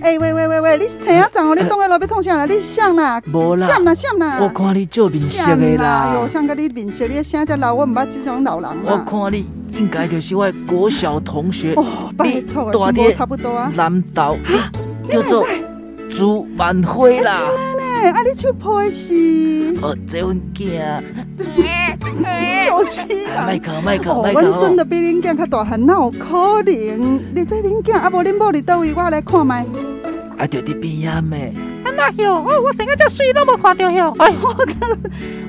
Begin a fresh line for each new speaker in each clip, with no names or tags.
哎诶，你是青啊长哦，你当个老要创啥啦？你谁啦？
无啦
谁啦？谁啦？
我看你做面色的啦，
哟，啊像个啊你面色，你声遮老，我毋捌即种老人
我
啊。
看你应该就是我的国小同学，
哦，拜托
你大
啊，
弟
全部差不多啊。
南岛，你叫做朱万辉啦。
哎，啊，你手皮是
哦，这阮囝，啊哎
就是啦
麦。克麦克
哦
麦，
阮孙
克，
都比恁囝较大汉，哪有可能？你这恁囝啊，无恁某伫倒位，我来看卖。
啊，就伫边仔咩？
那哟，哦，我生个遮水拢无看着哟，哎，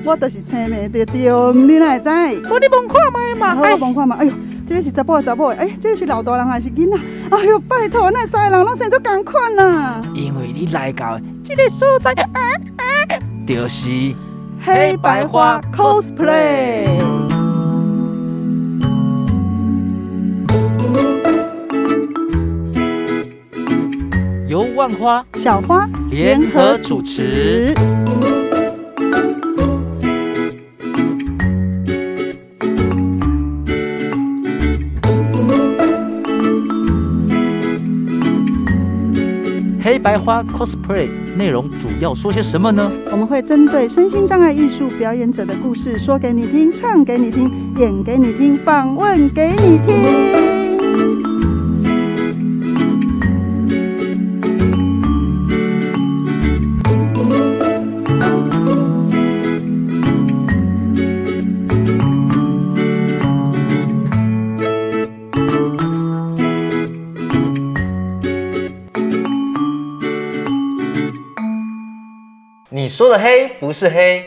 我就是青梅着着，你哪会知？
哦无你望看卖 嘛，
好，
哎
我，望看嘛。哎哟，这个是查甫的查某的，哎，这个是老大人还是囡仔？ 哎哟，拜托，那三个人拢生做共款啊！
因为你来到啊的
这个所在的
啊就是
黑白花 cosplay。
由万花
小花
联合主持。黑白花 cosplay 内容主要说些什么呢？
我们会针对身心障碍艺术表演者的故事说给你听，唱给你听，演给你听，访问给你听。
你说的黑不是黑，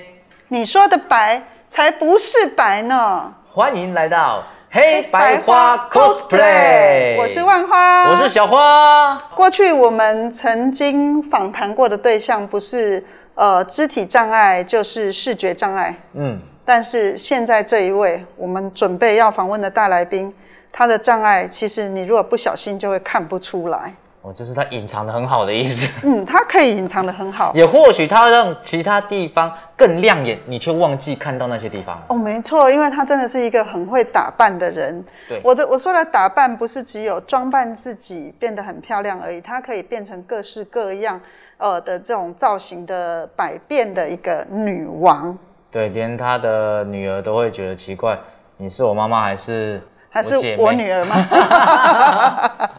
你说的白才不是白呢！
欢迎来到黑白花 cosplay。
我是，万花，
我是小花。
过去我们曾经访谈过的对象不是呃肢体障碍，就是视觉障碍。
嗯，
但是现在这一位我们准备要访问的大来宾，他的障碍其实你如果不小心就会看不出来。
我哦就是它隐藏的很好的意思，
嗯，他可以隐藏的很好。
也或许它让其他地方更亮眼，你却忘记看到那些地方。
哦，没错，因为他真的是一个很会打扮的人。
对
我的我说的打扮不是只有装扮自己变得很漂亮而已，它可以变成各式各样呃的这种造型的百变的一个女王。
对，连他的女儿都会觉得奇怪，你是我妈妈还是
还是
姐妹
我女儿吗？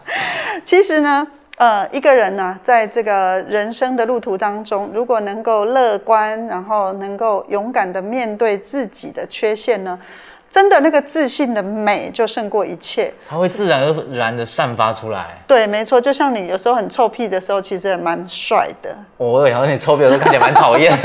其实呢，呃，一个人呢、在这个人生的路途当中，如果能够乐观，然后能够勇敢的面对自己的缺陷呢，真的那个自信的美就胜过一切。
她会自然而然的散发出来。
对，没错，就像你有时候很臭屁的时候，其实也蛮帅的。
我有时候你抽别人看起来蛮讨厌，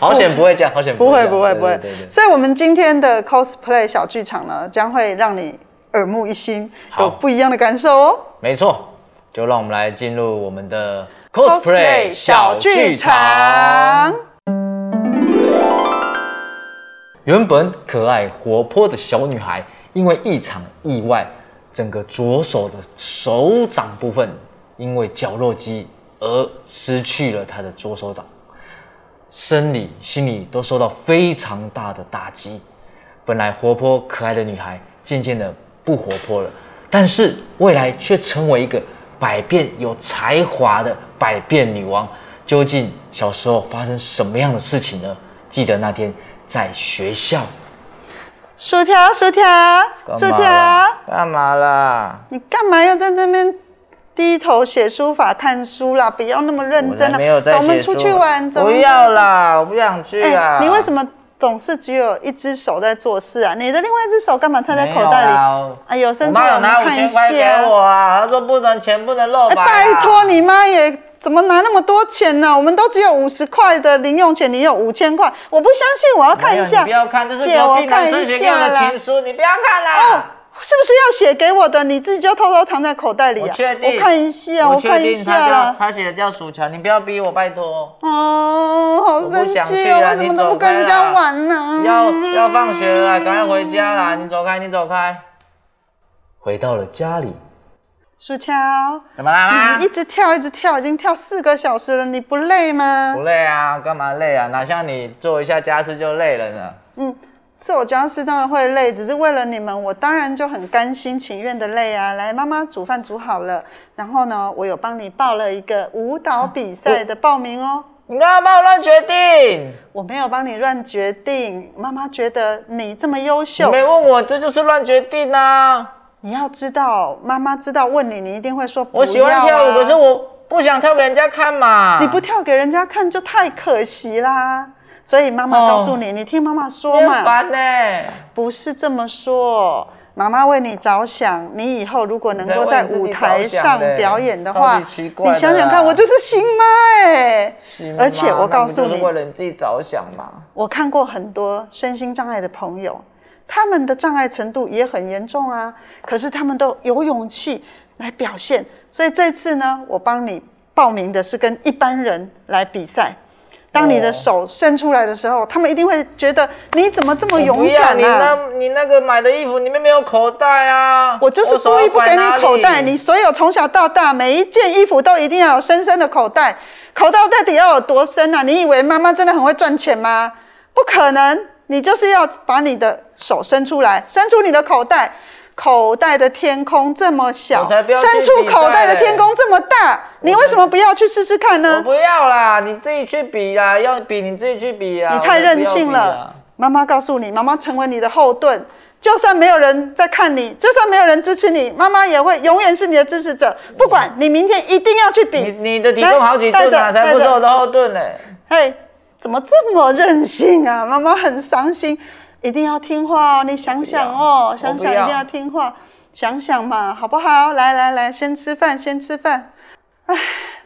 好险不会这样，好险
不
会
会，
这样
不会，不会
对对对。对
所以，我们今天的 cosplay 小剧场呢，将会让你耳目一新，
好
有不一样的感受哦。
没错，就让我们来进入我们的
cosplay
cosplay
小
小
剧
剧
场
场。。原本可爱活泼的小女孩，因为一场意外，整个左手的手掌部分因为绞肉机而失去了她的左手掌，生理、心理都受到非常大的打击。本来活泼可爱的女孩，渐渐的不活泼了，但是未来却成为一个百变有才华的百变女王。究竟小时候发生什么样的事情呢？记得那天在学校，
薯条，薯条，薯条，
干嘛啦？
你干嘛要在那边低头写书法、看书啦？不要那么认真了、啊走，我们出去玩。走我们出去
啦，我不想去
哎、你为什么总是只有一只手在做事啊？你的另外一只手干嘛插在口袋里？哎呦，伸出来我们看一下。
啊，她说不能钱不能啊露
哎，拜托你妈也怎么拿那么多钱呢、我们都只有五十块的零用钱，你有五千块，我不相信，我要看一下。
没有你不要看，这是
借
隔
我
壁男
看
生
一
写给我
下
的
啦哦
情。书，你不要看啦。
是不是要写给我的？你自己就偷偷藏在口袋里啊？
我确定
我看一下，我
确
看一
定
下
他叫
啦。
他写的叫薯条，你不要逼我，拜托。
哦，好生
我不想
气
去
哦！
啊
为什么都不跟人家玩呢、
要要放学了，赶快回家啦！你走开，你走开。回到了家里，啊
薯条，
怎么啦啦
你一？直跳一直跳，已经跳四个小时了，你不累吗
不？累啊，干嘛累啊？哪像你做一下家事就累了呢？
嗯，自我教师当然会累，只是为了你们，我当然就很甘心情愿的累啊！来，妈妈煮饭煮好了，然后呢，我有帮你报了一个舞蹈比
嗯
赛的报名哦。
你干嘛帮我乱决定？
我没有帮你乱决定，妈妈觉得你这么优
你
秀，
没问我，这就是乱决定啊！
你要知道，妈妈知道问你，你一定会说不要、
我
啊。
喜欢跳舞，可是我不想跳给人家看嘛。
你不跳给人家看就太可惜啦。所以妈妈
哦
告诉你，你听妈妈说
你
嘛。
很烦呢、
不是这么说，妈妈为你着想，你以后如果能够在舞台上表演的话，
你在为你自己着想嘞超级奇怪的
你
啦
想想看，我就是新妈哎、
是吗
而且我告诉
那不就
你
是，为了你自己着想嘛。
我看过很多身心障碍的朋友，他们的障碍程度也很严重啊，可是他们都有勇气来表现。所以这次呢，我帮你报名的是跟一般人来比赛。当你的
哦
手伸出来的时候，他们一定会觉得你怎么这么
我不
勇
要
敢
你
啊！
那，你那个买的衣服里面没有口袋啊！
我就是
手
故意
要
不
摆
给
哪
你
里
口袋，你所有从小到大每一件衣服都一定要有深深的口袋，口袋到底要有多深啊？你以为妈妈真的很会赚钱吗？不可能，你就是要把你的手伸出来，伸出你的口袋，口袋的天空这么小，
我才不要去
伸出
比
口袋的
赛
天空这么大，你为什么不要去试试看呢？
我不要啦，你自己去比啦，要比你自己去比啊！
你太任性
我才不要比
了
啊。。
妈妈告诉你，妈妈成为你的后盾，就算没有人在看你，就算没有人支持你，妈妈也会永远是你的支持者。不管你明天一定要去
你
比，
你的体重好几吨啊，
来带着
才不是我的后盾嘞、
嘿，怎么这么任性啊？妈妈很伤心，一定要听话哦。你想想哦，想想
我不要
一定要听话，想想嘛，好不好？来来来，先吃饭，先吃饭。唉，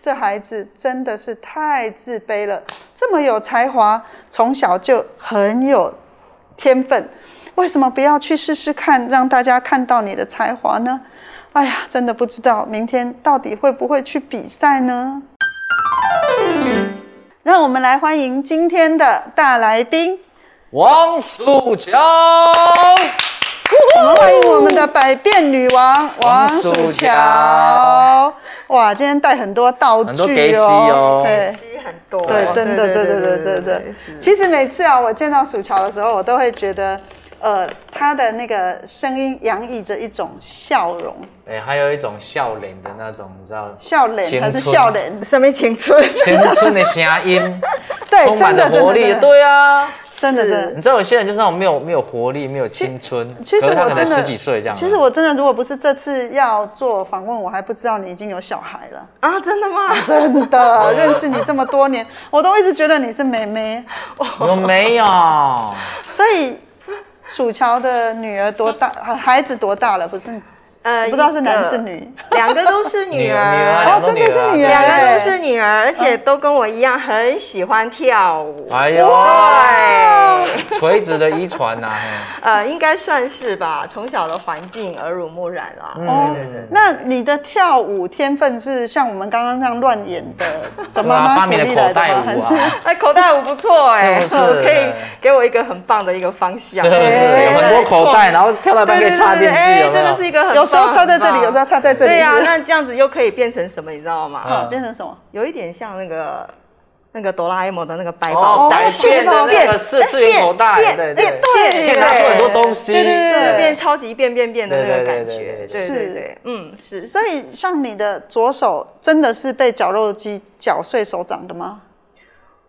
这孩子真的是太自卑了。这么有才华，从小就很有天分，为什么不要去试试看，让大家看到你的才华呢？哎呀，真的不知道明天到底会不会去比赛呢？让我们来欢迎今天的大来宾，
王薯条，
我们欢迎我们的百变女王王
王
薯
薯
条
条。
哇，今天带很多道
很多
具
给戏哦，
哦对。
西很多，
对，真的，对对对对对。其实每次啊，我见到薯条的时候，我都会觉得，呃，他的那个声音洋溢着一种笑容，
哎、还有一种笑脸的那种，你知道，
笑脸
青
还是
春
笑脸？
什么青春？
青春的声音，
对，
充满
真的
了
真
活
的
力。
真的
对啊，
真的
是
真的
你。知道有些人就是那种没有没有活力、没有青春，
其实
可是他
我
可能
真的
十几岁这样。啊
其实我真的，如果不是这次要做访问，我还不知道你已经有小孩了。
啊，真的吗？
真的，认识你这么多年， 我都一直觉得你是妹妹。
我没有，
所以，薯条的女儿多大？孩子多大了？不是，
呃
不知道是男
一个
是女。
两个都 是女
女
儿，啊
哦，真的是女儿，
两个
哎
都是女儿，而
嗯
且都跟我一样很喜欢跳舞。
哎呦，
对，
垂直的遗传呐、嘿
呃，应该算是吧，从小的环境耳濡目染啊
嗯
啦。
哦，
嗯
那你的跳舞天分是像我们刚刚那样乱演的，
对
怎么
啊，
妈
发
鼓
明了
励来
口
的
袋
吗？
舞
还是
啊，
哎，口袋舞不错哎，
是不是
可以
对
给我一个很棒的一个方向。
是不
哎
是？有很多口袋，然后跳到一半
对
可
对
以
对
插
对，
进去，有没
这
有
个是一个 很
有时候
棒
插在这
很
里，
棒
有时候插在这里。
对呀、
是不是
那这样子又可以变成什么，你知道吗？
嗯
啊
变成什么？
有一点像那个那个哆啦 A 梦的那个百宝
哦
袋，
变的
那个四次元口袋，
变
对
变
对，
对
可以拿出很多东西，
对对对
对
对，变超级变变变的那个感觉，
对对对对
对
对对
是
对，嗯是。
所以像你的左手真的是被绞肉机绞碎手掌的吗？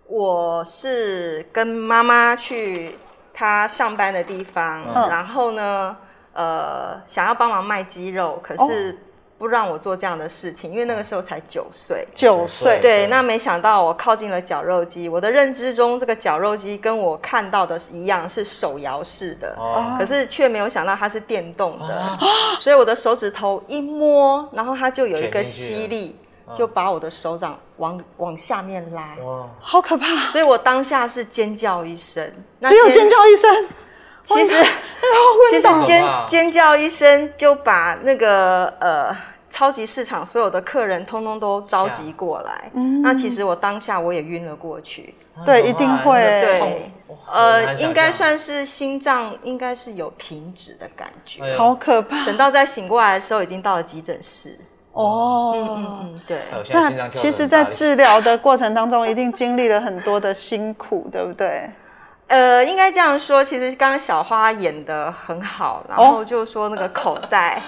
我是跟妈妈去她上班的地方，
嗯
然后呢，呃，想要帮忙卖鸡肉，可
哦
是不让我做这样的事情，因为那个时候才九岁。
九岁，
对，那没想到我靠近了绞肉机，我的认知中这个绞肉机跟我看到的是一样，是手摇式的。
哦，
可是却没有想到它是电动的，所以我的手指头一摸，然后它就有一
卷进去嗯了
个吸力，就把我的手掌往往下面拉，
哇，
好可怕！
所以我当下是尖叫一声，那
只有尖，叫一声，
其实其
哎呀，
实
我昏倒。
尖
哇
尖叫一声就把那个呃超级市场所有的客人通通都召集过来，那其实我当下我也晕了过去，
对一定会
对
痛哇很
呃，
难想象
应该算是心脏应该是有停止的感觉。
哎呦
好可怕
等到再醒过来的时候，已经到了急诊室。
哦！
嗯嗯嗯，对。
哎呦现在心
那
脏跳得
其实，
很大
在
力
治疗的过程当中，一定经历了很多的辛苦，对不对？
呃，应该这样说，其实刚刚小花演的很好，然
哦
后就说那个口 袋，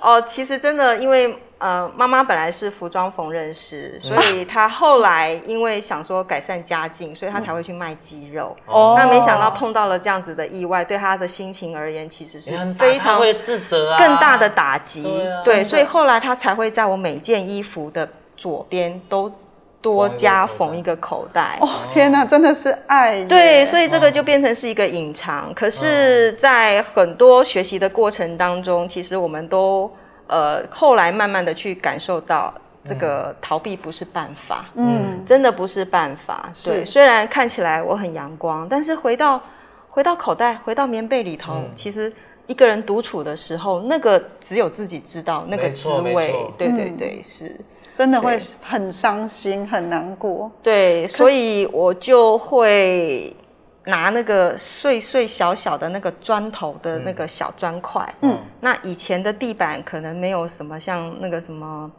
哦、其实真的因为呃，妈妈本来是服装缝纫
嗯
师，所以她后来因为想说改善家境，所以她才会去卖鸡肉。
嗯
哦
那没想到碰到了这样子的意外，对她的心情而言，其实是
你很
非
非常
常
会自责啊，
更大的打击。
对啊
对，所以后来他才会在我每件衣服的左边都多加缝一个口袋。
哦，天哪，真的是爱耶。
哦
对，所以这个就变成是一个隐藏。可是，
嗯
在很多学习的过程当中，其实我们都呃后来慢慢的去感受到，这
嗯
个逃避不是办法。
嗯，
真的不是办法。
是
对，虽然看起来我很阳光，但是回到回到口袋，回到棉被里头，
嗯
其实一个人独处的时候，那个只有自己知道那个
没
滋
错没
味
错。嗯
对对对，是。
真的会
对
很伤心，很难过。
对，所以我就会拿那个碎碎小小的那个砖头的那个小砖块。嗯，那以前的地板可能没有什么像那个什么。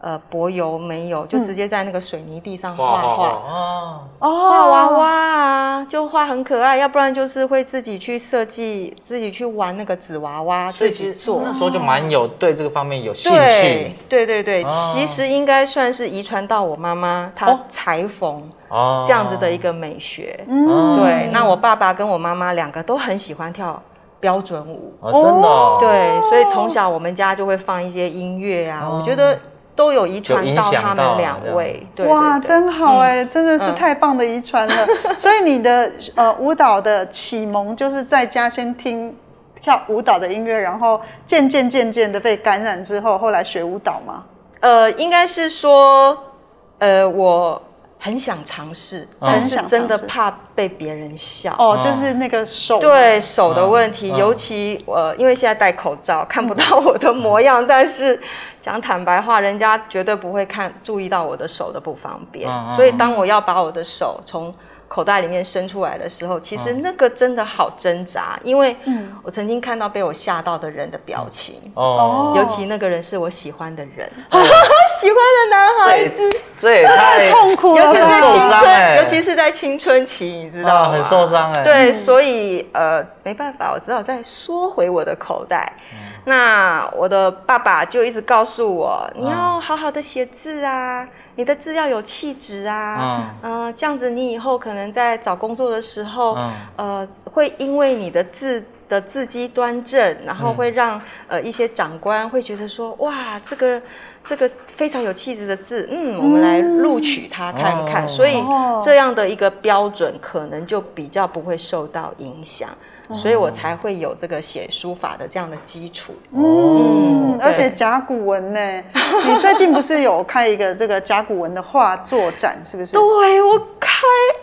呃，柏油没有，就直接在那个水泥地上画画。
哦，
哦，
画娃娃啊，就画很可爱，要不然就是会自己去设计，自己去玩那个纸娃娃，
自
自
己
己
做
做
那。时候就蛮有对这个方面有兴
对
趣
对对对，
哦
其实应该算是遗传到我妈妈，她裁缝
哦，
这样子的一个美学。
嗯，
对，那我爸爸跟我妈妈两个都很喜欢跳标准舞，
哦，真的哦
对，所以从小我们家就会放一些音乐啊，
哦
我觉得都有遗
有
传
影
到
响
他
到啊
们两
这样
位。对
哇，
对对
真好哎、真的是
嗯
太棒的遗传了。 所以你的呃舞蹈的启蒙就是在家先听跳舞蹈的音乐，然后渐渐渐渐的被感染之后，后来学舞蹈嘛。
呃，应该是说，呃，我很想尝试，
哦
但是真的怕被别人笑。
哦，就是那个手
对手的问题，尤其呃，因为现在戴口罩看不到我的模样，但是讲坦白话，人家绝对不会看注意到我的手的不方便
嗯嗯，
所以当我要把我的手从口袋里面伸出来的时候，其实那个真的好挣扎，因为我曾经看到被我吓到的人的表情，
哦，
尤其那个人是我喜欢的人， 喜欢的男
这
孩
也这也太
痛苦了，
尤其是在
受
青
伤
春，
欸
尤其是在青春期，你知道
啊
吗？
很受伤哎，，
对，所以呃，没办法，我只好再缩回我的口袋。
嗯
那我的爸爸就一直告诉我，你要好好的写字
嗯
啊，你的字要有气质啊，嗯、这样子你以后可能在找工作的时候，
嗯
呃，会因为你的字的字迹端正，然
嗯
后会让、呃一些长官会觉得说，哇，这个这个非常有气质的字，嗯，我们来录取他看看。
哦
所以
哦
这样的一个标准，可能就比较不会受到影响，所以我才会有这个写书法的这样的基础。
嗯，
对
而且甲骨文呢、 你最近不是有开一个这个甲骨文的画作展，是不是？
对我开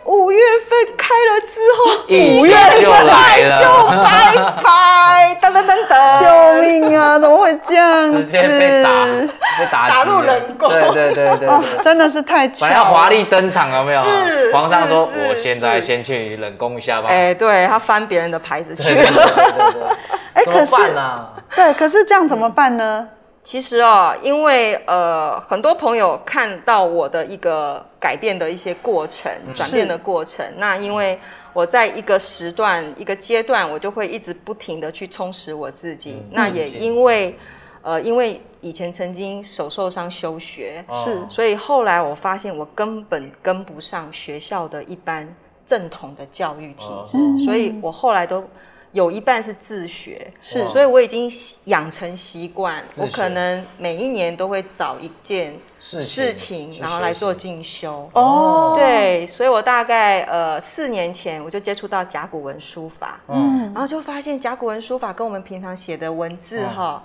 五月份开了之 后，
疫情嗯就来
就
了，
拜拜，噔噔噔噔，
救命 啊！怎么会这样子？
直接被打被打
打
击
入
了
冷宫啊
对对对对
哦
对。
真的是太巧
本
了。
来要华丽登场，有没有？
是
皇上说：“
是是
我现在
是
先去冷宫一下吧。”
哎、对他翻别人的牌子去
对对
了。
对对对，
哎、
怎么
可
办
是
啊？
对，可是这样怎么办呢？
其实啊、因为呃，很多朋友看到我的一个改变的一些过程、转变的过程，那因为我在一个时段、一个阶段，我就会一直不停的去充实我自己。那也因为呃，因为以前曾经手受伤休学，
哦
是
所以后来我发现我根本跟不上学校的一般正统的教育体制，
哦
所以我后来都有一半是自学，
是
所以我已经习养成习惯，
自
我
学
可能每一年都会找一件
事
事
情
情，
去
然后
学
来
习
做进修。
哦，
对，所以我大概呃四年前我就接触到甲骨文书法，
嗯，
然后就发现甲骨文书法跟我们平常写的文字
哦
哈、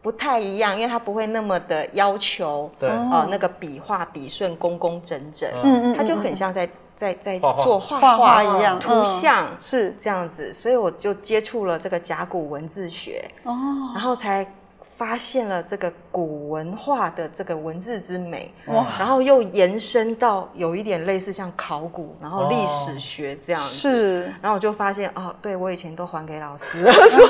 不太一样，因为它不会那么的要求，
对
呃，那个笔画笔顺工工整整，
哦嗯嗯嗯
它就很像在在在
画画
做画
画画一样
图
嗯
像
是
这样子，所以我就接触了这个甲骨文字学，
哦，
然后才发现了这个古文化的这个文字之美，
哇
然后又延伸到有一点类似像考古，然后
哦
历史学这样子。
是
然后我就发现哦，对我以前都还给老师 了，所以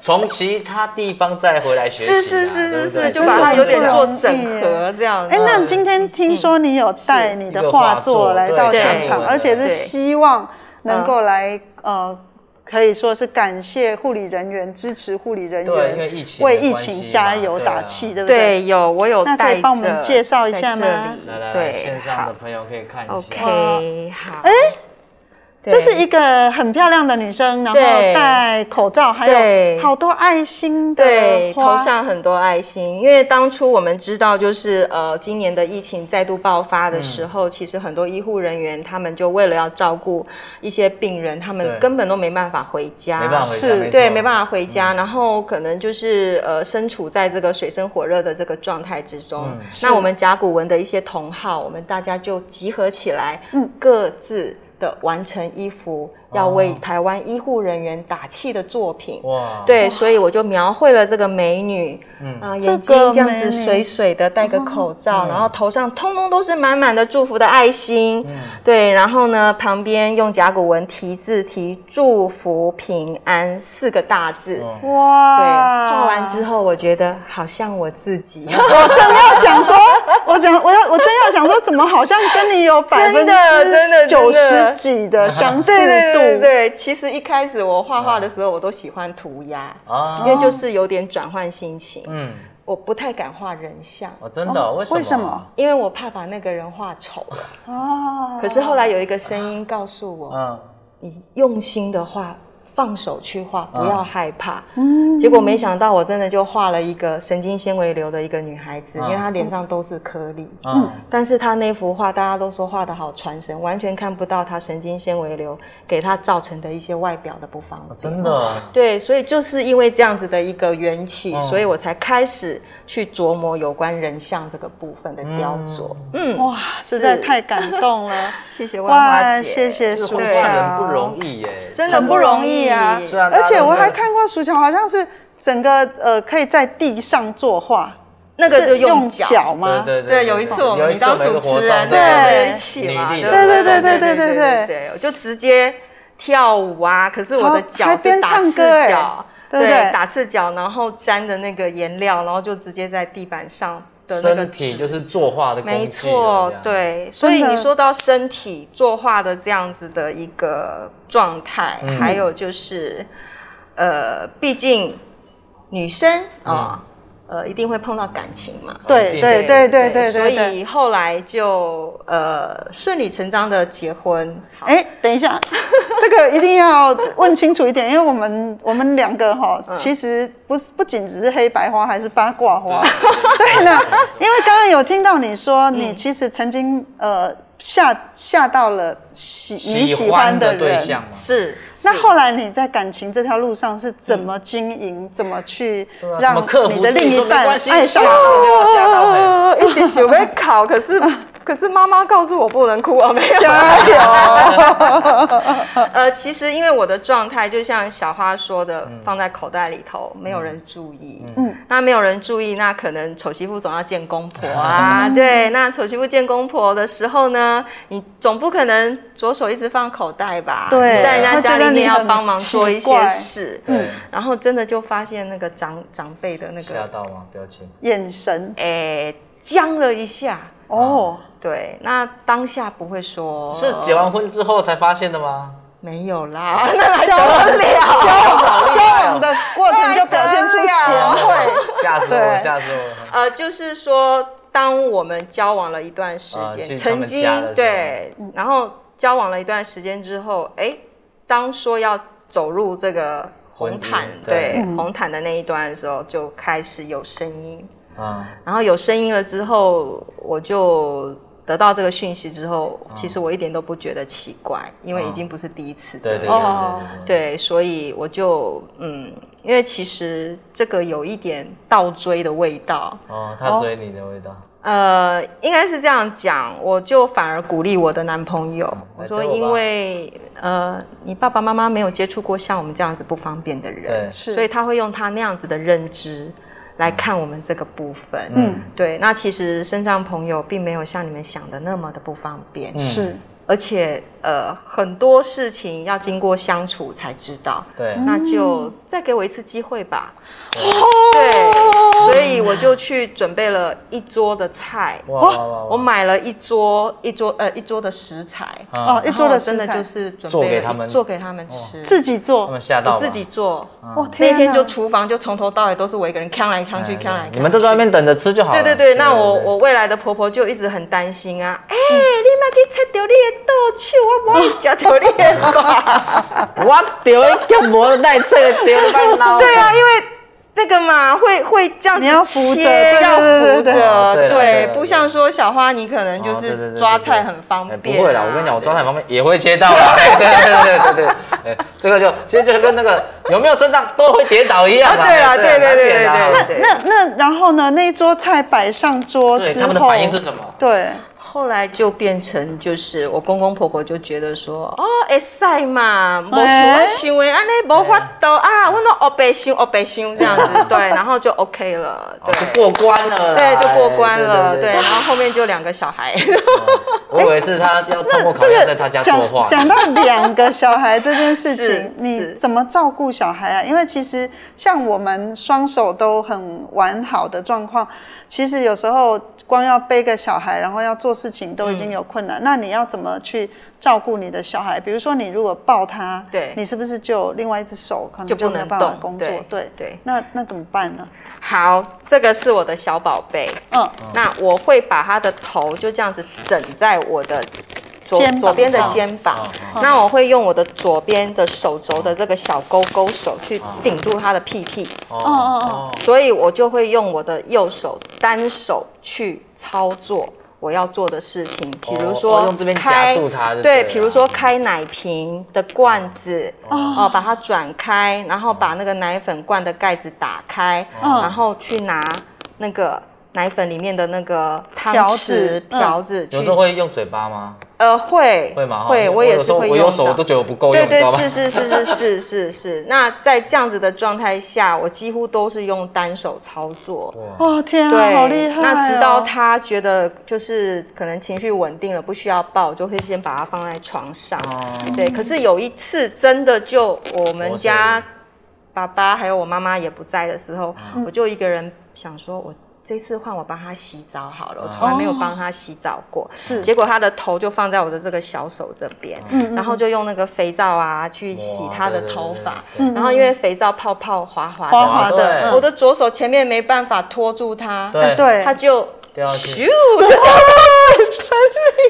从其他地方再回来学习啊，
是是
对
是是
不对
是，就把它
真的
有点
不
做
容易
整
耶
合这样子。
哎、那今天听说你有带你的画作来到现
一个画
场，
作
而且是
对
希望能够来呃，可以说是感谢护理人员，支持护理人
对因为
员
疫情的
为疫
关系
情
嘛
加油
对啊
打气，对不对？
对，有我有
那
带
可以
着
帮我们介绍一下吗
在这里
来来来，线
对，
上的
好
朋友可以看一下。
，OK，好。哎，
这是一个很漂亮的女生，然后
对
戴口罩，还有
对
好多爱心的
对，
花
头上很多爱心，因为当初我们知道，就是呃，今年的疫情再度爆发的时
嗯
候，其实很多医护人员他们就为了要照顾一些病人，他
对
们根本都没办法回家，
没办法回家，
是
没
对，
错嗯
没办法回家，然后可能就是呃，身处在这个水深火热的这个状态之中。
嗯
那我们甲骨文的一些同好，我们大家就集合起来，
嗯
各自的完成一幅要
哦
为台湾医护人员打气的作品。
哇，，
对，所以我就描绘了这个美女，
嗯，
啊，
这
眼睛
个
这样
美
子
女哦
水水的，戴个口罩，
嗯
然后头上通通都是满满的祝福的爱心。
嗯
对，然后呢，旁边用甲骨文题字题“祝福平安”四个大字。
哦
对，
哇！
画完之后，我觉得好像我自 己，
我正要讲说，我讲我要我真要讲说，怎么好像跟你有百分
真的真
之
的
九
真
十
的
几的相似
对对对
度？
对，其实一开始我画画的时候，我都喜欢涂鸦，
啊
因，为就是有点转换心情，
嗯，
我不太敢画人像，
哦，真的哦，为什么？
为什么？
因为我怕把那个人画丑了。
哦，
可是后来有一个声音告诉我，
嗯，
你用心的画，放手去画，不要害怕。
啊
嗯
结果没想到，我真的就画了一个神经纤维瘤的一个女孩子，
嗯
因为她脸上都是颗粒。
嗯，
但是她那幅画，大家都说画得好传神，完全看不到她神经纤维瘤给她造成的一些外表的不方
哦
便。
真的哦，
对，所以就是因为这样子的一个缘起，
嗯
所以我才开始去琢磨有关人像这个部分的雕琢。嗯，
哇，实在太感动了！
谢谢万
哇，
花姐，
谢谢
这
舒
个
乔，
画人不容易耶，
真的
很不容易啊
很不容易！
虽然大
而
家
且
都
我
是
还看过舒乔，好像是整个呃可以在地上作画，
那个就是
用
用脚。
吗？
对
对，有一次我
有
们
一
你
次我
当
们有一
主
个活
持
动
人，
对
我
对
们有一起嘛，
女力
不
的
活动对对
对
对对
对对，我就直接跳舞啊，可是我的
还
脚
边唱
是打
歌
赤
欸
脚，
对不对
打赤脚，然后沾的那个颜料，然后就直接在地板上的那个
身体
纸
就是作画的工具了
没错
这，样，
对，所以
真的
你说到身体作画的这样子的一个状态，
嗯
还有就是，呃，毕竟女生啊、呃，一定会碰到感情嘛，
一
对
定
对
的
对对对
所
对对。
以后来就呃顺理成章的结婚。好
哎、等一 下，这个一定要问清楚一点，因为我们我们两个哈，
嗯
其实不是不仅只是黑白花，还是八卦 花。所以呢，因为刚刚有听到你说，
嗯
你其实曾经呃吓吓到了喜你喜
喜
欢
欢
的
的对
人。
象嘛，
是，
那
是
后来你在感情这条路上是怎么经营，怎么去
嗯对啊
让
怎么克
你
服
的
自己
另一
说没
半哎
关系
爱上
吓
你？
到就要吓到嘿
呃，一点 想要考，可是可是妈妈告诉我不能哭啊，没有。
加油！
呃，其实因为我的状态就像小花说的，
嗯
放在口袋里头，没有人注意。
嗯
嗯，那没有人注意，那可能丑媳妇总要见公婆啊。 对，那丑媳妇见公婆的时候呢，你总不可能左手一直放口袋吧？
对
你在人家
她觉
家
得
里面
你
要
很
帮忙做一
奇怪
些事。
对，
嗯
然后真的就发现那个长长辈的那
吓
个，
到吗？表情，
眼神
诶，僵了一下。
哦，
对，那当下不会说
是结完婚之后才发现的吗？
没有啦， 那还
交往
得了？啊
交往的过程就表现出贤惠。
吓死我
对
了，吓死我了，
呃，就是说，当我们交往了一段时
啊
间，
去他
曾
们家的时
经
候
对，然后交往了一段时间之后，哎，当说要走入这个
婚
红毯，
姻对
对红毯的那一端的时候，就开始有声音，
嗯，
然后有声音了之后，我就。得到这个讯息之后，
啊
其实我一点都不觉得奇怪，因为已经不是第一次这样。
对对
哦
对对对，
对，所以我就嗯，因为其实这个有一点倒追的味道，
哦，他追你的味道，
呃，应该是这样讲，我就反而鼓励我的男朋友，我说
来教我吧
因为呃，你爸爸妈妈没有接触过像我们这样子不方便的人
对，
是
所以他会用他那样子的认知来看我们这个部分。
嗯，
对，那其实身障朋友并没有像你们想的那么的不方便，
嗯
是
而且呃，很多事情要经过相处才知道。
对，
嗯
哦
那就再给我一次机会吧。
对
对，所以我就去准备了一桌的菜，
哇哇哇！
哦我买了一桌一桌呃一桌的食材，
哦
啊，
一桌的
然后真的
食材
就是准备
做给
了一
他们
做给他们吃，
自己
他们
做，
吓到嗯
我
吧
自己做。
哇
哦那
天
天
啊
就厨房就从头到尾都是我一个人扛来扛去，扛来扛去。
哎你们都在外面等着吃就好了。
对对对，那我我未来的婆婆就一直很担心啊，
嗯
哎、你莫去切掉你的豆去，我无食掉你的瓜。
我丢一个膜带这个丢半脑。
对啊，因为那个嘛，会会这样子
你要扶着
切
对
要
对
扶
对对对
着，
哦对啦对啦
不像说小花，你可能就
哦对对对
是
对
抓
对
菜
对
很方
哎不
便啊。
会啦，我跟你讲，我抓菜方面也会切到啦。 哎对对对对对对，哎这个就其实就跟那个有没有肾脏都会跌倒一样
啊
啦。
对啦
哎
对对对
难免啦
对对对
那那然后呢？那一桌菜摆上桌
对
之后，
哦他们的反应是什么？
对，
后来就变成就是我公公婆婆就觉得说，哦，会使嘛，无像我
哎
想的安尼无法度啊，我那黑白想黑白想这样子， 对，然后就 OK 了，
哦
对。
就过关了啦。
对，就过关了，
哎
对，然后后面就两个小孩，
我以为是他要通过考验，在他家作画。
讲讲到两个小孩这件事
是
情，你
是
怎么照顾小孩啊？因为其实像我们双手都很完好的状况，其实有时候光要背个小孩，然后要做事情
嗯
都已经有困难。那你要怎么去照顾你的小孩？比如说你如果抱他，
对
你是不是就有另外一只手可能
就不
没有
能
办法
动
工作
对？
对
对
那那怎么办呢？
好，这个是我的小宝贝，
嗯，
那我会把他的头就这样子枕在我的左
肩膀
左边的
上
肩膀
嗯，
那我会用我的左边的手肘的这个小勾勾手去顶住他的屁屁，
哦
哦哦
哦
所以我就会用我的右手单手去操作我要做的事情，比如
哦
说
用这边夹
开
住它就对
对，
了
比如说开奶瓶的罐子，
嗯
哦，把它转开，然后把那个奶粉罐的盖子打开，
嗯
哦
然后去拿那个奶粉里面的那个汤
瓢
匙
子嗯
瓢子去
有时候会用嘴巴吗？
呃会
会吗？
会，
因为
我也
有时
是
候
会
我
用
有手
到
我都觉得我不够
对
用，你
对
知道吧？
是是是是是是是。那在这样子的状态下，我几乎都是用单手操作。
哦天啊，
对，
好厉害、哦！
那直到他觉得就是可能情绪稳定了，不需要抱，就会先把他放在床上。
哦
哦
对，可是有一次真的就我们家爸爸还有我妈妈也不在的时候，我就一个人想说，我这次换我帮他洗澡好了，我从来没有帮他洗澡过。
哦是嗯
结果他的头就放在我的这个小手这边，然后就用那个肥皂啊去洗他的头发，然后因为肥皂泡泡滑滑
滑
的。
滑的，
对
嗯
我的左手前面没办法拖住它，
哎对
对
它就
掉下去
咻就掉了。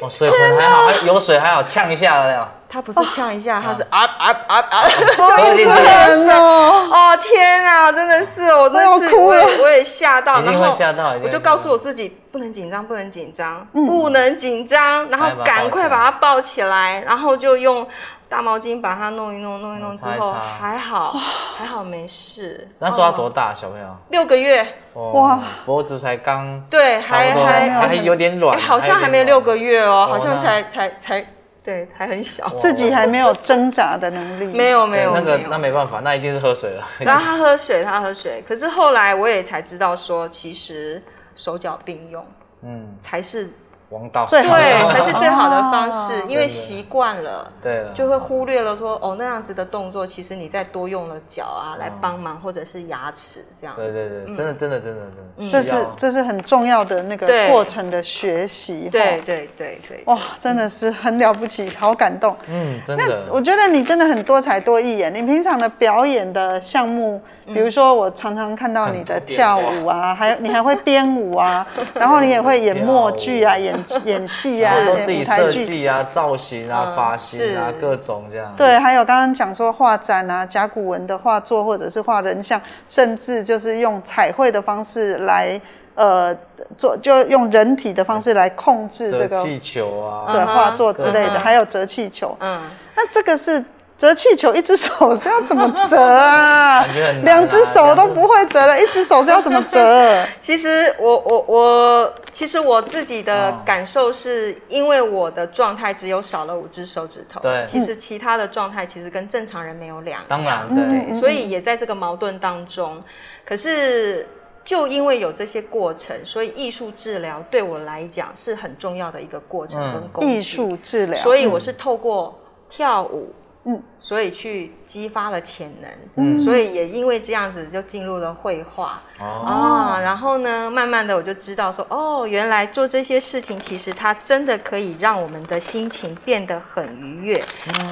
哦，水可能还好，还有水还好，呛一下了呀。
它不是呛一下，它是啊啊啊啊！
好
对对
可怜哦。
哦天啊，真的是我那次
我要哭
我
了
也我也吓到，
一定
然
会
后
吓到一定会
我就
吓到
告诉我自己不能紧张，不能紧张，不能紧张，然后
来把它
赶快
抱起来
把它抱起来，然后就用大毛巾把它弄一弄，弄一弄
嗯
之
擦一
后
擦
还好还好没事。
那时候他
哦
多大，小朋友？
六个月，
哦
哇，
脖子才刚，
对，
差
还
不多
还
还有点软
哎，，好像还没六个
月。
月哦，好像
那哦
才才才，对，还很小。
自己还没有挣扎的能力，
没有没
对
有
那个
没有
那没办法，那一定是喝水了。
然后他喝水，他喝水。可是后来我也才知道说，其实手脚并用
嗯，
才是
王道
最好的
对，
方法
才是最好的方式
啊，
因为习惯了。
对了，
就会忽略了说哦那样子的动作，其实你再多用了脚啊来帮忙，或者是牙齿这样
对
子。
对对，真的真的真的
嗯
真的，
这
需要
是这是很重要的那个
对
过程的学习。
对
哈，
对对对，
哇，真的是很了不起，好感动。
嗯，真
那我
的。
觉得你真的很多才多艺耶！你平常的表演的项目，
嗯
比如说我常常看到你
嗯
的跳舞啊，还有你还会编舞 啊，然后你也会演默剧啊，演演戏啊，
然嗯后都自
演
己
舞台
设
剧。
计啊、造型啊、
嗯
发型啊
是，
各种这样。
对，还有刚刚讲说画展啊、甲骨文的画作，或者是画人像，甚至就是用彩绘的方式来，呃，做就用人体的方式来控制这
折
个
气球啊，
对
嗯哼
画作之类的，
嗯
还有折气球。
嗯，
那这个是折气球，一只手是要怎么折啊
感觉很难啊？
两只手都不会折了，一只手是要怎么折？啊
其实我我我，其实我自己的感受是，因为我的状态只有少了五只手指头，
嗯
对
其实其他的状态其实跟正常人没有两样，
当然
嗯
对，
对，所以也在这个矛盾当中。可是就因为有这些过程，所以艺术治疗对我来讲是很重要的一个过程
嗯
跟工具
艺术治疗，
所以我是透过跳舞、
嗯，
所以去激发了潜能，
嗯
所以也因为这样子就进入了绘画
哦，
啊、然后呢，慢慢的我就知道说，哦，原来做这些事情，其实它真的可以让我们的心情变得很愉悦。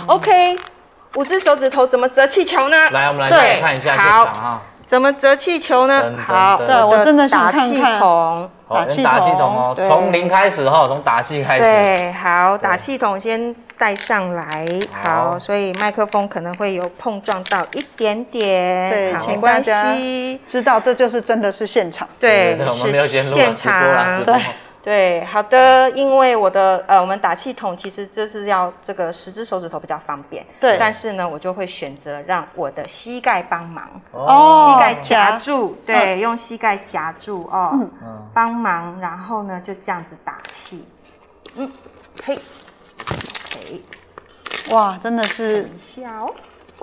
OK，五只手指头怎么折气球呢？
来，我们来
对
再看一下现
好
场啊，
怎么折气球
噔
呢
噔？
好，
噔
对我真的想
打
看
气
看
筒。
好，
打气
先打气筒
筒
哦，
对
从零开始哈，从打气开始。
对，好，打
对
气筒先带上来，
好
好，所以麦克风可能会有碰撞到一点点，
对
好
请
没关
大家
系
知道这就是真的是现场。
对，
我们没有
是
先录完
现
直播啊啦，直
场
播。
对，好的，因为我的呃，我们打气筒其实就是要这个十只手指头比较方便，
对
但是呢，我就会选择让我的膝盖帮忙，
哦
膝盖夹住，
嗯
对，用膝盖夹住哦，帮忙，然后呢就这样子打气，嗯，嘿，嘿，
哇，真的是
一下哦，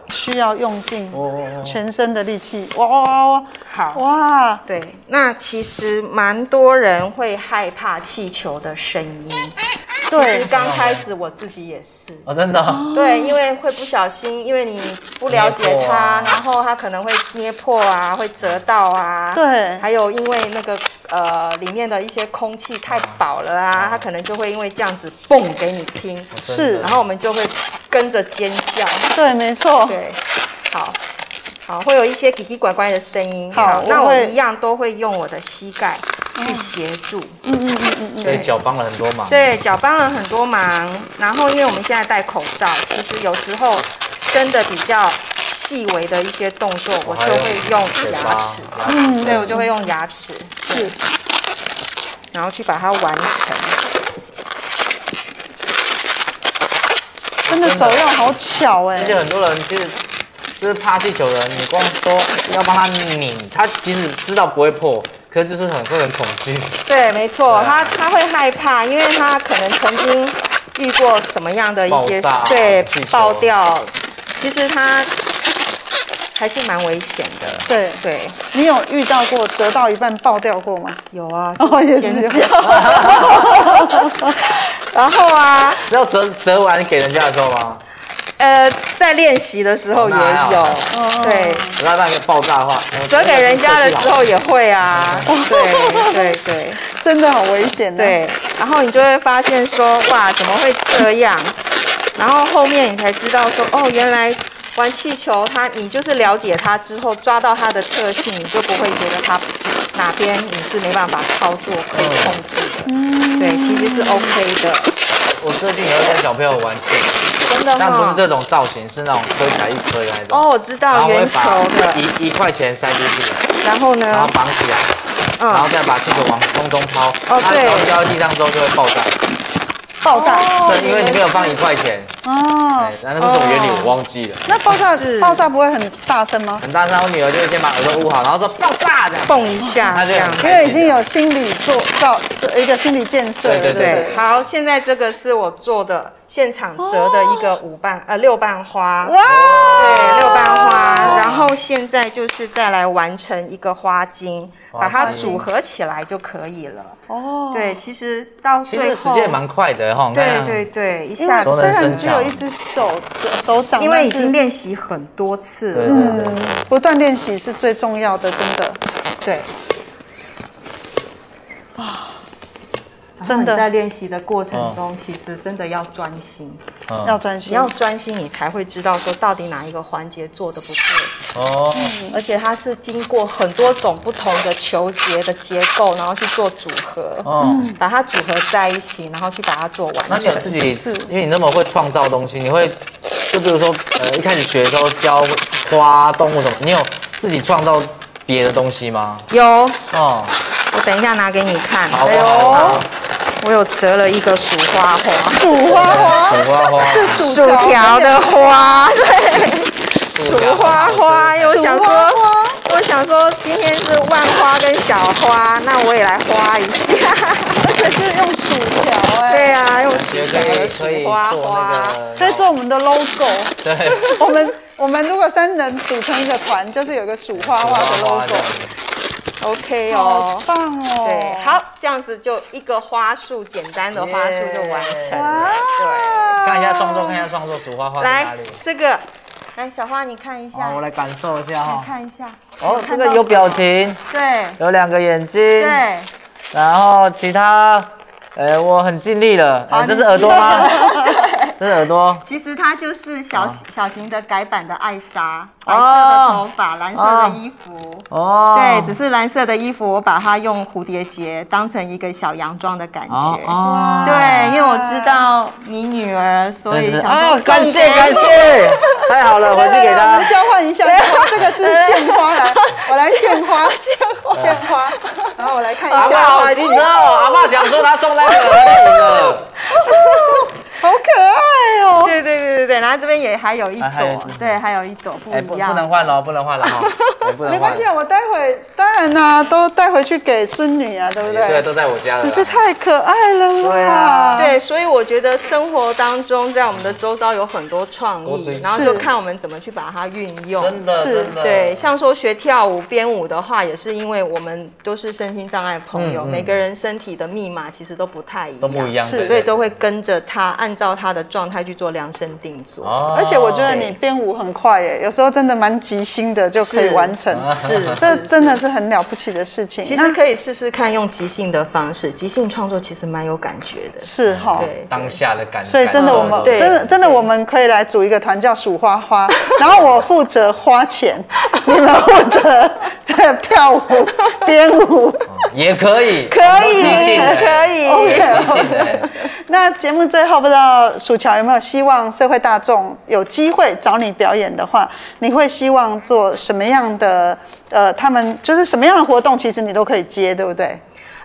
需要用尽
哦
全身的力气。哇哇哇哇
好，
哇！
对，那其实蛮多人会害怕气球的声音，
对
其实刚开始我自己也是。
哦，真的哦，
对，因为会不小心，因为你不了解
捏破
它，
啊
然后它可能会捏破啊，会折到啊。
对
还有因为那个呃里面的一些空气太饱了
哦
啊，它可能就会因为这样子蹦给你听，
是
然后我们就会跟着尖叫。
对，没错。
对，好。好，会有一些奇奇怪怪的声音。
好我
那我
会
们一样都会用我的膝盖去协助。
嗯嗯嗯嗯嗯，
所以脚帮了很多忙。哦
对，脚帮了很多忙。然后，因为我们现在戴口罩，其实有时候真的比较细微的一些动作，我就会用牙齿。
嗯
对，我就会用牙齿，是，然后去把它完成。
真的手要好巧哎
而。且很多人其实就是怕气球的人，你光说要帮他拧，他即使知道不会破，可是就是很会很恐惧。
对，没错，
对
他
啊
他会害怕，因为他可能曾经遇过什么样的一些
爆炸啊
对
气球
爆掉，其实他还是蛮危险的。
对，
对，
你有遇到过折到一半爆掉过吗？
有啊，
哦，也是
尖
有
叫。 然后啊，
只要折折完给人家的时候吗？
呃，在练习的时候也
哦那还好
有，对，
折到半个爆炸的 话，
折给人家的时候也会啊，对对对
真的好危险、啊。，
对，然后你就会发现说，哇，怎么会这样？然后后面你才知道说，哦，原来玩气球它，你就是了解它之后，抓到它的特性，你就不会觉得它哪边你是没办法操作可以控制的，
嗯
对，其实是 OK 的，
我最近有在小朋友玩气球，
真的
但不是
哈、
这种造型，是那种推起来一推的那种。
哦，我知
然
道
后会
圆球
把
的，
一一块钱塞进去，
然后
然后
呢，
绑起来，然后
嗯，
再把气球往空中抛。
哦
它
对
然后掉到地上之后就会爆炸。
爆炸。
哦
对，因为你没有放一块钱。
哦
哎，，那那是什么原理我忘
哦
记了。
那爆炸
是
爆炸不会很大声吗？
很大声，我女儿就会先把耳朵捂好，然后说爆炸的。
蹦一下
它就
这
很
样。
因为已经有心理做造这一个心理建设了，
对对
不
对，好，现在这个是我做的现场折的一个五瓣、呃六瓣花，
哦哇，哦
对，六瓣花，然后现在就是再来完成一个花茎，把它组合起来就可以了。
哦，
对，，其实到
其
最
实时
后，
间也蛮快的哈，
对对对，一
因为
下
熟
虽
子，
能
然
生
只有
巧
一只手手掌，
因为已
但是
经练习很多次
对
了，
对对
嗯，不断练习是最重要的，真的，
对，啊，
真
真
的
的在练习的过程中，其实真的要专心。
嗯
要专
你
心
要。专心，你才会知道说到底哪一个环节做的不对，
哦，
而且它是经过很多种不同的球节的结构，然后去做组合，
哦，
把它组合在一起，然后去把它做
那
完
你有
成。
自己，因为你那么会创造东西，你会就比如说呃一开始学的时候教花动物什么，你有自己创造别的东西吗？
有，
哦，
我等一下拿给你看。
好啊
哎呦
好
我有折了一个数花花，
数花花
数花花
是薯
薯条的花，对，
薯
数
条
花花。
好吃
因为我想
数花
说，我想说今天是万花跟小花，那我也来花一下。
而且是用薯条哎，
对啊，用薯
也
条
可
的
以
薯
可以
花
做
花。
那个，
可以做我们的 logo。
对，
我们我们如果三人组成一个团，就是有一个数花花的 logo，
OK
好
哦，
棒哦！
对，好，这样子就一个花束，简单的花束就完成了。
哇，
看一下创作，看一下创作，主画画在哪
来
里？
这个，来小花你看一下，
哦，我来感受一下哈。
看一下，
哦，这
看到
个有
什
表
么
情，
对
有两个眼睛，
对，
然后其他，呃，我很尽力了。
好
呃，这
你
是耳朵吗？
对
这是耳朵。
其实它就是小小型的改版的艾莎，白色的
哦
头发，蓝色的衣服。
哦，
对，只是蓝色的衣服，我把它用蝴蝶结当成一个小洋装的感
哦
觉。
哦，
对，因为我知道你女儿，所以
对对对
想
啊
说，
感
送
谢
给
感谢，太好了，回去给
我
他
们。交换一下，这个是献花，来，我来献花，献花，献花，然后我来看
阿
一
爸
下，
好机车哦，阿爸想说他送那个而已了。
好可爱哦，
对对对对对，然后这边也还有一
啊还有一
朵
只，
对，还有一朵不
哎，
一
不不能
样。
换了，不能换了哈，哎不能换了。
没关系，啊，我待会当然啦、都带回去给孙女啊，对不
对，
对？
都在我家了啦。
只是太可爱了啦，
对啊
啊对，所以我觉得生活当中，在我们的周遭有很多创
多追
意
求，
然后就是看我们怎么去把它运用。
真的
是
真的
对，像说学跳舞、编舞的话，也是因为我们都是身心障碍朋友，
嗯嗯
每个人身体的密码其实都不太一样，
都不一样，
是
对
所以都会跟着他，按照他的状态去做量身定做。
哦
而且我觉得你编舞很快耶，有时候真的蛮急心的就可以
是
完成，
是，啊 是
这
是
真的是很了不起的事情。
其
那
实可以试试看用即兴的方式，即兴创作其实蛮有感觉的。
是哈。
对，
当下的感，
所以真的，
感受
我们
对
真的真的，
对
我们可以来组一个团叫数花花， 然后我负责花 钱，你们负责对跳舞、编舞。
也可以，
可以，
即兴的
可以。
即兴的，
那节目最后，不知道薯乔有没有希望社会大众有机会找你表演的话，你会希望做什么样的？呃，他们就是什么样的活动，其实你都可以接，对不 对？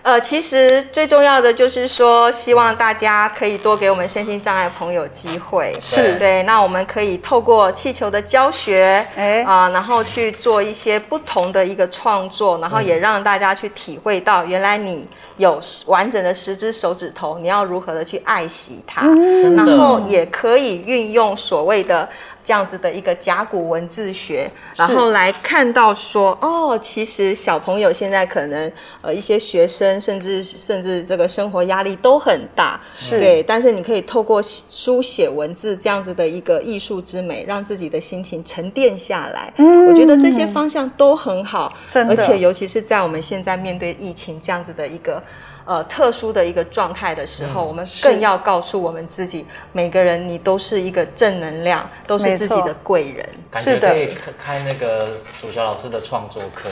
呃，其实最重要的就是说，希望大家可以多给我们身心障碍朋友机会。
是
对，那我们可以透过气球的教学，
哎
哎啊、然后去做一些不同的一个创作，然后也让大家去体会到，原来你有完整的十只手指头，你要如何的去爱惜它，
真的
然后也可以运用所谓的。这样子的一个甲骨文字学，然后来看到说，哦，其实小朋友现在可能呃一些学生，甚至甚至这个生活压力都很大，
是
对，但是你可以透过写书写文字这样子的一个艺术之美，让自己的心情沉淀下来。嗯，我觉得这些方向都很好，
真的
而且尤其是在我们现在面对疫情这样子的一个。呃，特殊的一个状态的时候，我们更要告诉我们自己，每个人你都是一个正能量，都
没
是自己
错
的贵人。
感
是
觉
的
可以开那个楚乔老师的创作课，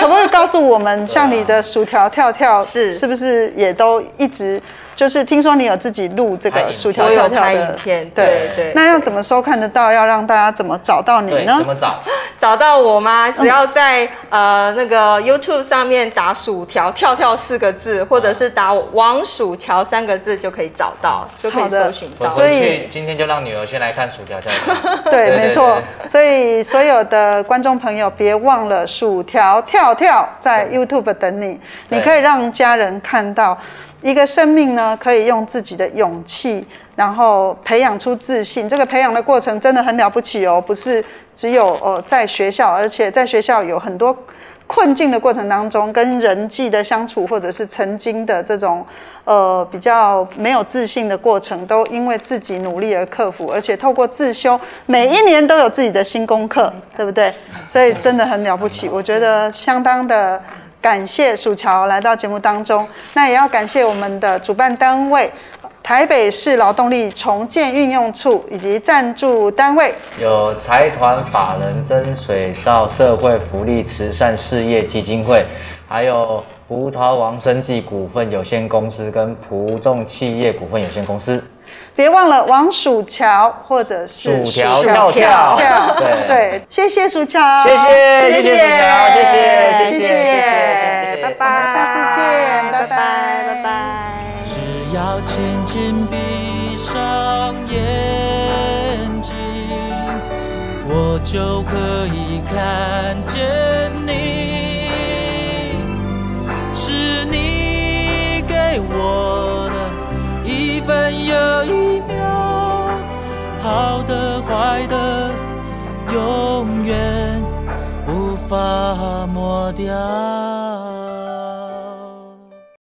可不可以告诉我们，像你的薯条跳跳
是
是不是也都一直就是听说你有自己录这
拍影
个
片
薯条
哎我
跳
有
跳
拍
的
影片，对对。
那要怎么收看得到？要让大家怎么找到你
对，
呢
怎？么找？
找到我吗？只要在、呃那个 YouTube 上面打“薯条跳跳”四个字，或者是打“王薯条”三个字就可以找到，就可以
好的
搜寻
我
到
所。
回
以
去今天就让女儿先来看薯条跳跳，
对，
对
没
对
错。
对
所以所有的观众朋友，别忘了薯条跳跳在 YouTube 等你，
对
你可以让家人看到一个生命呢，可以用自己的勇气，然后培养出自信。这个培养的过程真的很了不起哦，不是只有呃在学校，而且在学校有很多。困境的过程当中，跟人际的相处，或者是曾经的这种呃比较没有自信的过程，都因为自己努力而克服，而且透过自修，每一年都有自己的新功课，对不对？所以真的很了不起，我觉得相当的。感谢薯乔来到节目当中，那也要感谢我们的主办单位台北市劳动力重建运用处以及赞助单位
有财团法人真水造社会福利慈善事业基金会，还有葡萄王生技股份有限公司跟葡众企业股份有限公司。
别忘了王薯条或者是
薯条
条
跳跳
跳
对
对，谢谢薯条，
谢谢谢
谢谢
谢薯条，谢谢
谢
谢
谢
谢
谢谢，拜拜，
下次见拜拜
拜拜。
只要轻轻闭上眼睛，我就可以看见你。是你给我的一分又一秒，好的坏的，永远无法抹掉。